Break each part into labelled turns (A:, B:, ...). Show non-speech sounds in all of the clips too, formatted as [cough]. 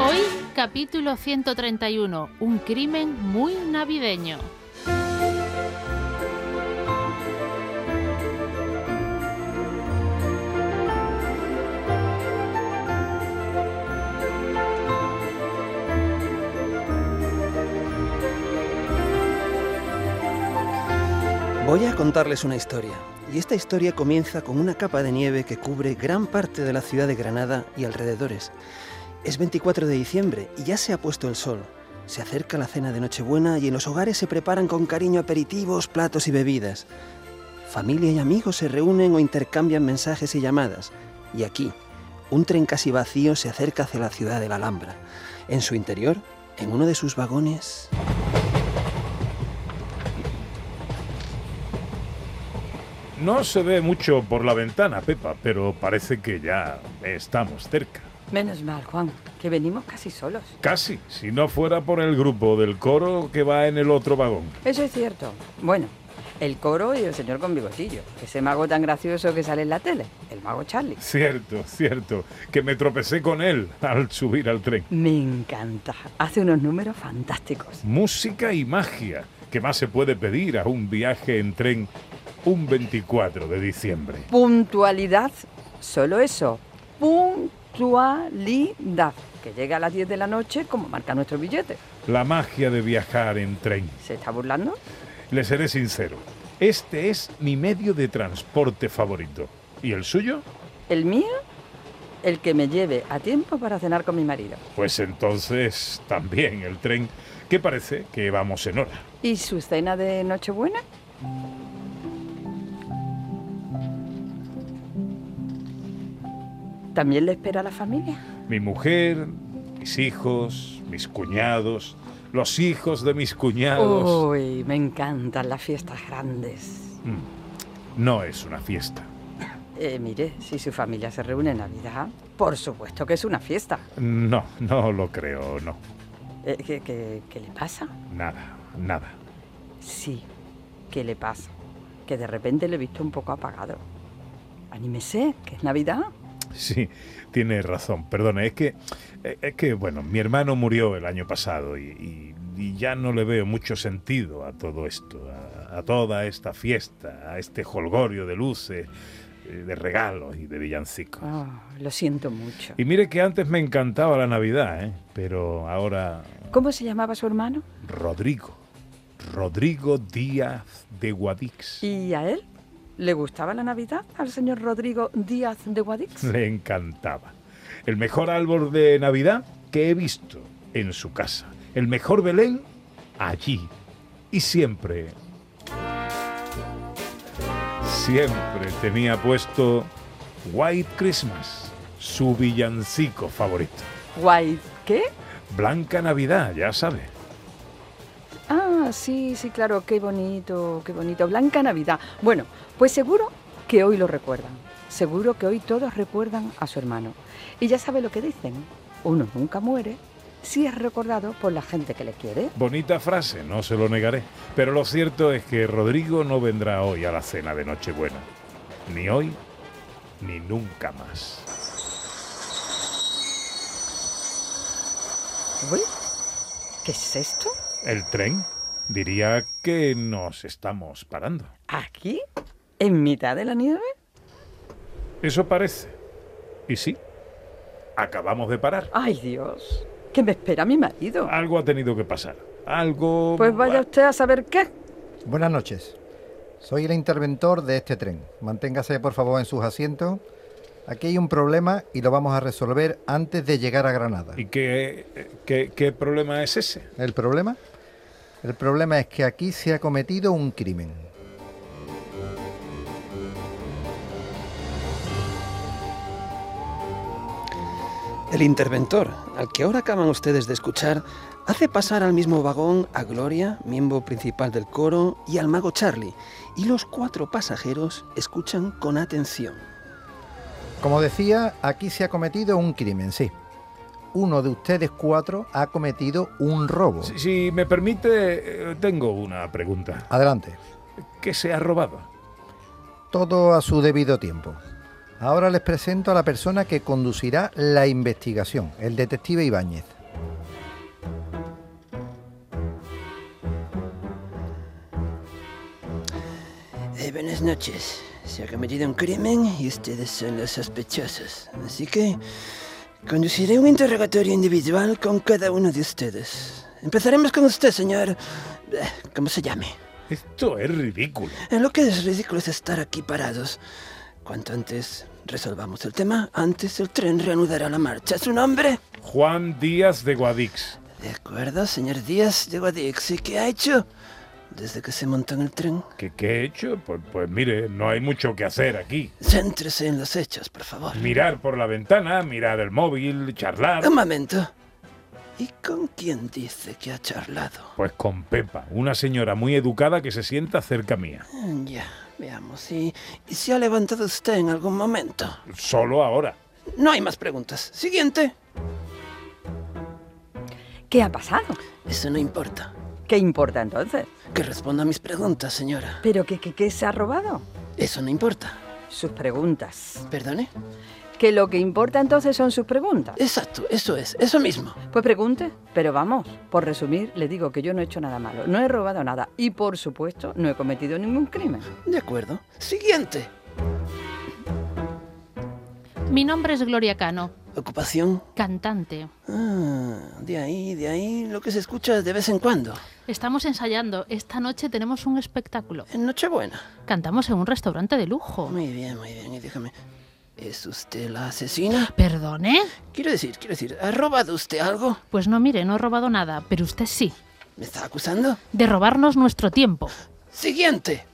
A: Hoy, capítulo 131, un crimen muy navideño.
B: Voy a contarles una historia. Y esta historia comienza con una capa de nieve que cubre gran parte de la ciudad de Granada y alrededores. Es 24 de diciembre y ya se ha puesto el sol. Se acerca la cena de Nochebuena y en los hogares se preparan con cariño aperitivos, platos y bebidas. Familia y amigos se reúnen o intercambian mensajes y llamadas. Y aquí, un tren casi vacío se acerca hacia la ciudad de la Alhambra. En su interior, en uno de sus vagones...
C: No se ve mucho por la ventana, Pepa, pero parece que ya estamos cerca.
D: Menos mal, Juan, que venimos casi solos.
C: Casi, si no fuera por el grupo del coro que va en el otro vagón.
D: Eso es cierto. Bueno, el coro y el señor con bigotillo. Ese mago tan gracioso que sale en la tele, el mago Charlie.
C: Cierto, cierto, que me tropecé con él al subir al tren.
D: Me encanta. Hace unos números fantásticos.
C: Música y magia, ¿qué más se puede pedir a un viaje en tren un 24 de diciembre?
D: Puntualidad, solo eso. Puntualidad. Que llega a las 10 de la noche como marca nuestro billete.
C: La magia de viajar en tren.
D: ¿Se está burlando?
C: Le seré sincero, este es mi medio de transporte favorito. ¿Y el suyo?
D: ¿El mío? El que me lleve a tiempo para cenar con mi marido.
C: Pues entonces también el tren, que parece que vamos en hora.
D: ¿Y su cena de Nochebuena? ¿También le espera a la familia?
C: Mi mujer, mis hijos, mis cuñados, los hijos de mis cuñados.
D: Uy, me encantan las fiestas grandes.
C: Mm, No es una fiesta.
D: Eh, mire, si su familia se reúne en Navidad, por supuesto que es una fiesta.
C: No, no lo creo, no.
D: Eh, ¿qué, qué, qué le pasa?
C: Nada, nada.
D: Sí, ¿qué le pasa? Que de repente le he visto un poco apagado. Anímese, que es Navidad.
C: Sí, tiene razón. Perdone, es que, es que bueno, mi hermano murió el año pasado y, y- y ya no le veo mucho sentido a todo esto, a, a toda esta fiesta, a este holgorio de luces, eh, de regalos y de villancicos.
D: Ah, lo siento mucho.
C: Y mire que antes me encantaba la Navidad, ¿eh? pero ahora
D: ¿Cómo se llamaba su hermano?
C: Rodrigo, Rodrigo Díaz de Guadix.
D: ¿Y a él? ¿Le gustaba la Navidad al señor Rodrigo Díaz de
C: [laughs]
D: Guadix?
C: Le encantaba. El mejor árbol de Navidad que he visto en su casa. El mejor Belén allí. Y siempre, siempre tenía puesto White Christmas, su villancico favorito.
D: ¿Guay qué?
C: Blanca Navidad, ya sabe.
D: Ah, sí, sí, claro, qué bonito, qué bonito. Blanca Navidad. Bueno, pues seguro que hoy lo recuerdan. Seguro que hoy todos recuerdan a su hermano. Y ya sabe lo que dicen. Uno nunca muere si es recordado por la gente que le quiere.
C: Bonita frase, no se lo negaré. Pero lo cierto es que Rodrigo no vendrá hoy a la cena de Nochebuena. Ni hoy, ni nunca más.
D: Uy, ¿qué es esto?
C: ¿El tren? Diría que nos estamos parando.
D: ¿Aquí? ¿En mitad de la nieve?
C: Eso parece. Y sí, acabamos de parar.
D: Ay, Dios, que me espera mi marido.
C: Algo ha tenido que pasar. Algo...
D: Pues vaya usted a saber qué.
E: Buenas noches. Soy el interventor de este tren. Manténgase, por favor, en sus asientos. Aquí hay un problema y lo vamos a resolver antes de llegar a Granada.
C: ¿Y qué, qué, qué problema es ese?
E: ¿El problema? El problema es que aquí se ha cometido un crimen.
B: El interventor, al que ahora acaban ustedes de escuchar, hace pasar al mismo vagón a Gloria, miembro principal del coro, y al mago Charlie, y los cuatro pasajeros escuchan con atención.
E: Como decía, aquí se ha cometido un crimen, sí. Uno de ustedes cuatro ha cometido un robo.
C: Si, si me permite, eh, tengo una pregunta.
E: Adelante.
C: ¿Qué se ha robado?
E: Todo a su debido tiempo. Ahora les presento a la persona que conducirá la investigación, el detective Ibáñez.
B: Eh, buenas noches. Se ha cometido un crimen y ustedes son los sospechosos. Así que conduciré un interrogatorio individual con cada uno de ustedes. Empezaremos con usted, señor. eh, ¿Cómo se llame?
C: Esto es ridículo.
B: Eh, Lo que es ridículo es estar aquí parados. Cuanto antes resolvamos el tema, antes el tren reanudará la marcha. ¿Su nombre?
C: Juan Díaz de Guadix.
B: De acuerdo, señor Díaz de Guadix. ¿Y qué ha hecho desde que se montó en el tren?
C: ¿Qué, qué he hecho? Pues, pues mire, no hay mucho que hacer aquí.
B: Céntrese en los hechos, por favor.
C: Mirar por la ventana, mirar el móvil, charlar.
B: Un momento. ¿Y con quién dice que ha charlado?
C: Pues con Pepa, una señora muy educada que se sienta cerca mía.
B: Mm, Ya, veamos. si ¿Y se ha levantado usted en algún momento?
C: Solo ahora.
B: No hay más preguntas. Siguiente.
D: ¿Qué ha pasado?
B: Eso no importa.
D: ¿Qué importa entonces?
B: Que responda a mis preguntas, señora.
D: ¿Pero qué, qué, qué se ha robado?
B: Eso no importa.
D: Sus preguntas.
B: ¿Perdone?
D: Que lo que importa entonces son sus preguntas.
B: Exacto, eso es, eso mismo.
D: Pues pregunte, pero vamos, por resumir, le digo que yo no he hecho nada malo, no he robado nada y por supuesto no he cometido ningún crimen.
B: De acuerdo. Siguiente.
A: Mi nombre es Gloria Cano,
B: Ocupación.
A: cantante.
B: Ah, de ahí, de ahí, lo que se escucha de vez en cuando.
A: Estamos ensayando. Esta noche tenemos un espectáculo.
B: En Nochebuena.
A: Cantamos en un restaurante de lujo.
B: Muy bien, muy bien, y déjame. ¿Es usted la asesina?
A: ¿Perdone?
B: Quiero decir, quiero decir, ¿ha robado usted algo?
A: Pues no, mire, no he robado nada, pero usted sí.
B: ¿Me está acusando?
A: De robarnos nuestro tiempo.
B: Siguiente.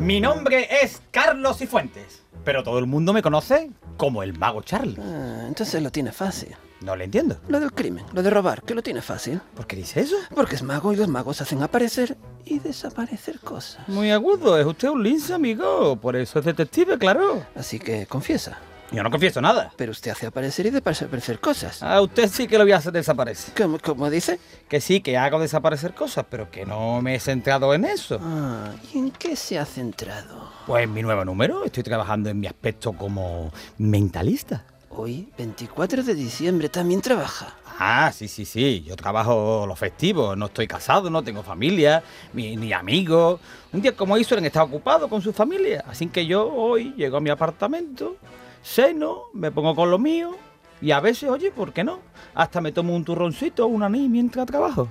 F: Mi nombre es Carlos Cifuentes, pero todo el mundo me conoce como el mago Charlie.
B: Ah, entonces lo tiene fácil.
F: No le entiendo.
B: Lo del crimen, lo de robar, que lo tiene fácil.
F: ¿Por qué dice eso?
B: Porque es mago y los magos hacen aparecer y desaparecer cosas.
F: Muy agudo, es usted un lince, amigo. Por eso es detective, claro.
B: Así que confiesa.
F: Yo no confieso nada.
B: Pero usted hace aparecer y desaparecer cosas.
F: A usted sí que lo voy a hacer desaparecer.
B: ¿Cómo, cómo dice?
F: Que sí, que hago desaparecer cosas, pero que no me he centrado en eso.
B: Ah, ¿y en qué se ha centrado?
F: Pues mi nuevo número, estoy trabajando en mi aspecto como mentalista.
B: Hoy, 24 de diciembre, también trabaja.
F: Ah, sí, sí, sí. Yo trabajo los festivos. No estoy casado, no tengo familia, ni, ni amigos. Un día como hizo, está ocupado con su familia. Así que yo hoy llego a mi apartamento, ceno, me pongo con lo mío y a veces, oye, ¿por qué no? Hasta me tomo un turroncito o un anís mientras trabajo.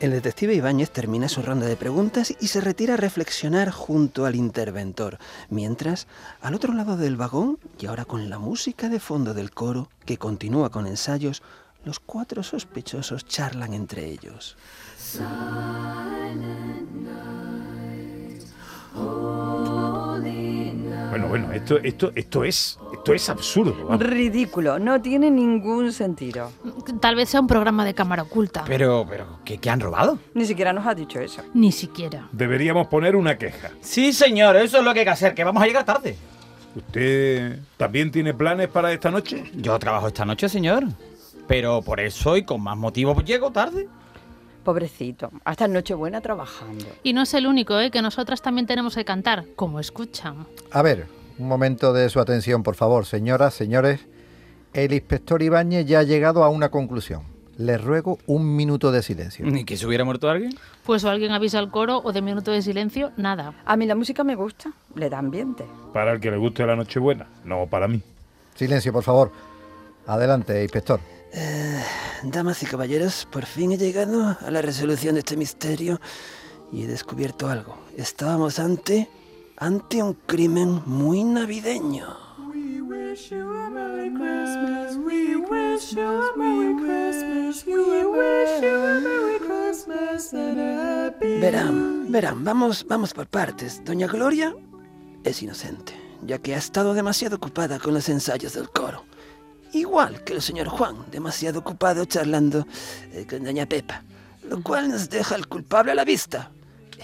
B: El detective Ibáñez termina su ronda de preguntas y se retira a reflexionar junto al interventor, mientras, al otro lado del vagón, y ahora con la música de fondo del coro, que continúa con ensayos, los cuatro sospechosos charlan entre ellos.
C: Bueno, bueno, esto, esto, esto es, esto es absurdo. vamos.
D: Ridículo, no tiene ningún sentido.
A: Tal vez sea un programa de cámara oculta.
F: Pero, pero, ¿qué, qué han robado?
D: Ni siquiera nos ha dicho eso.
A: Ni siquiera.
C: Deberíamos poner una queja.
F: Sí, señor, eso es lo que hay que hacer, que vamos a llegar tarde.
C: ¿Usted también tiene planes para esta noche?
F: Yo trabajo esta noche, señor. Pero por eso y con más motivo pues llego tarde.
D: Pobrecito, hasta en Nochebuena trabajando.
A: Y no es el único, ¿eh? que nosotras también tenemos que cantar, como escuchan.
E: A ver, un momento de su atención, por favor, señoras, señores. El inspector Ibáñez ya ha llegado a una conclusión. Les ruego un minuto de silencio.
F: ¿Ni que se hubiera muerto alguien?
A: Pues o alguien avisa al coro o de minuto de silencio, nada.
D: A mí la música me gusta, le da ambiente.
C: Para el que le guste la Nochebuena, no para mí.
E: Silencio, por favor. Adelante, inspector.
B: Damas y caballeros, por fin he llegado a la resolución de este misterio y he descubierto algo. Estábamos ante, ante un crimen muy navideño. Verán, verán, vamos, vamos por partes. Doña Gloria es inocente, ya que ha estado demasiado ocupada con los ensayos del coro. igual que el señor Juan, demasiado ocupado charlando eh, con doña Pepa, lo cual nos deja el culpable a la vista,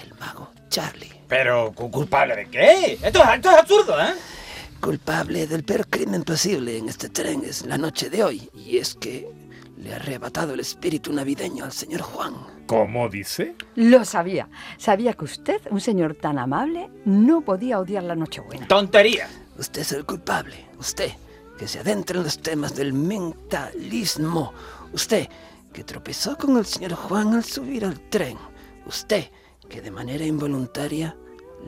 B: el mago Charlie,
F: Pero, ¿cu- ¿culpable de qué? Esto, es- esto es absurdo, ¿eh?
B: culpable del peor crimen posible en este tren es la noche de hoy, y es que le ha arrebatado el espíritu navideño al señor Juan.
C: ¿Cómo dice?
D: Lo sabía. Sabía que usted, un señor tan amable, no podía odiar la Nochebuena.
F: Tontería.
B: Usted es el culpable. Usted, que se adentra en los temas del mentalismo. Usted, que tropezó con el señor Juan al subir al tren. Usted, que de manera involuntaria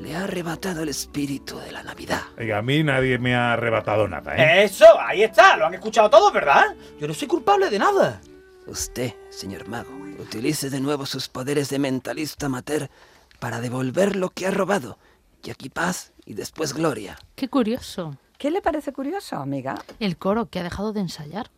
B: le ha arrebatado el espíritu de la Navidad.
C: Oiga, a mí nadie me ha arrebatado nada, ¿eh?
F: Eso, ahí está, lo han escuchado todos, ¿verdad? Yo no soy culpable de nada.
B: Usted, señor mago, utilice de nuevo sus poderes de mentalista amateur para devolver lo que ha robado. Y aquí paz y después gloria.
A: Qué curioso.
D: ¿Qué le parece curioso, amiga?
A: El coro que ha dejado de ensayar.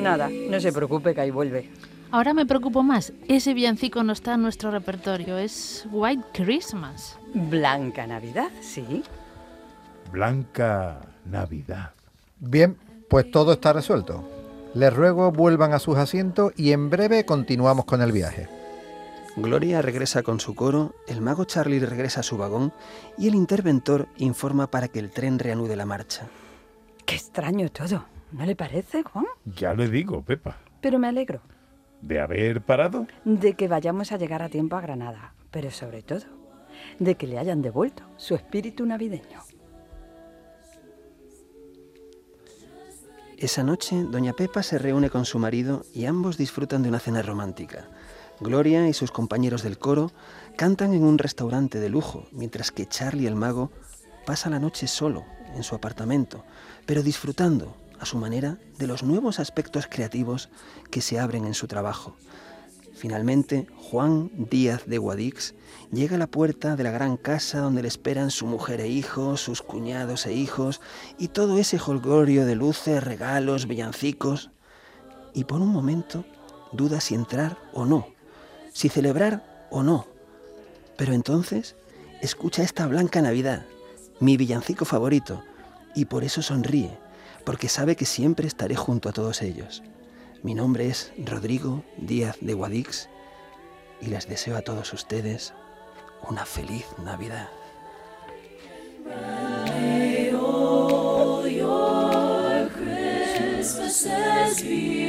D: Nada, no se preocupe que ahí vuelve.
A: Ahora me preocupo más. Ese villancico no está en nuestro repertorio. Es White Christmas.
D: Blanca Navidad, sí.
C: Blanca Navidad.
E: Bien, pues todo está resuelto. Les ruego vuelvan a sus asientos y en breve continuamos con el viaje.
B: Gloria regresa con su coro, el mago Charlie regresa a su vagón y el interventor informa para que el tren reanude la marcha.
D: Qué extraño todo. ¿No le parece, Juan?
C: Ya le digo, Pepa,
D: Pero me alegro
C: de haber parado.
D: de que vayamos a llegar a tiempo a Granada, pero sobre todo de que le hayan devuelto su espíritu navideño.
B: Esa noche, doña Pepa se reúne con su marido y ambos disfrutan de una cena romántica. Gloria y sus compañeros del coro cantan en un restaurante de lujo, mientras que Charlie el mago pasa la noche solo en su apartamento, pero disfrutando, a su manera, de los nuevos aspectos creativos que se abren en su trabajo. Finalmente, Juan Díaz de Guadix llega a la puerta de la gran casa donde le esperan su mujer e hijos, sus cuñados e hijos y todo ese jolgorio de luces, regalos, villancicos. Y por un momento duda si entrar o no, si celebrar o no. Pero entonces escucha esta blanca Navidad, mi villancico favorito, y por eso sonríe, porque sabe que siempre estaré junto a todos ellos. Mi nombre es Rodrigo Díaz de Guadix y les deseo a todos ustedes una feliz Navidad.
G: Christmases be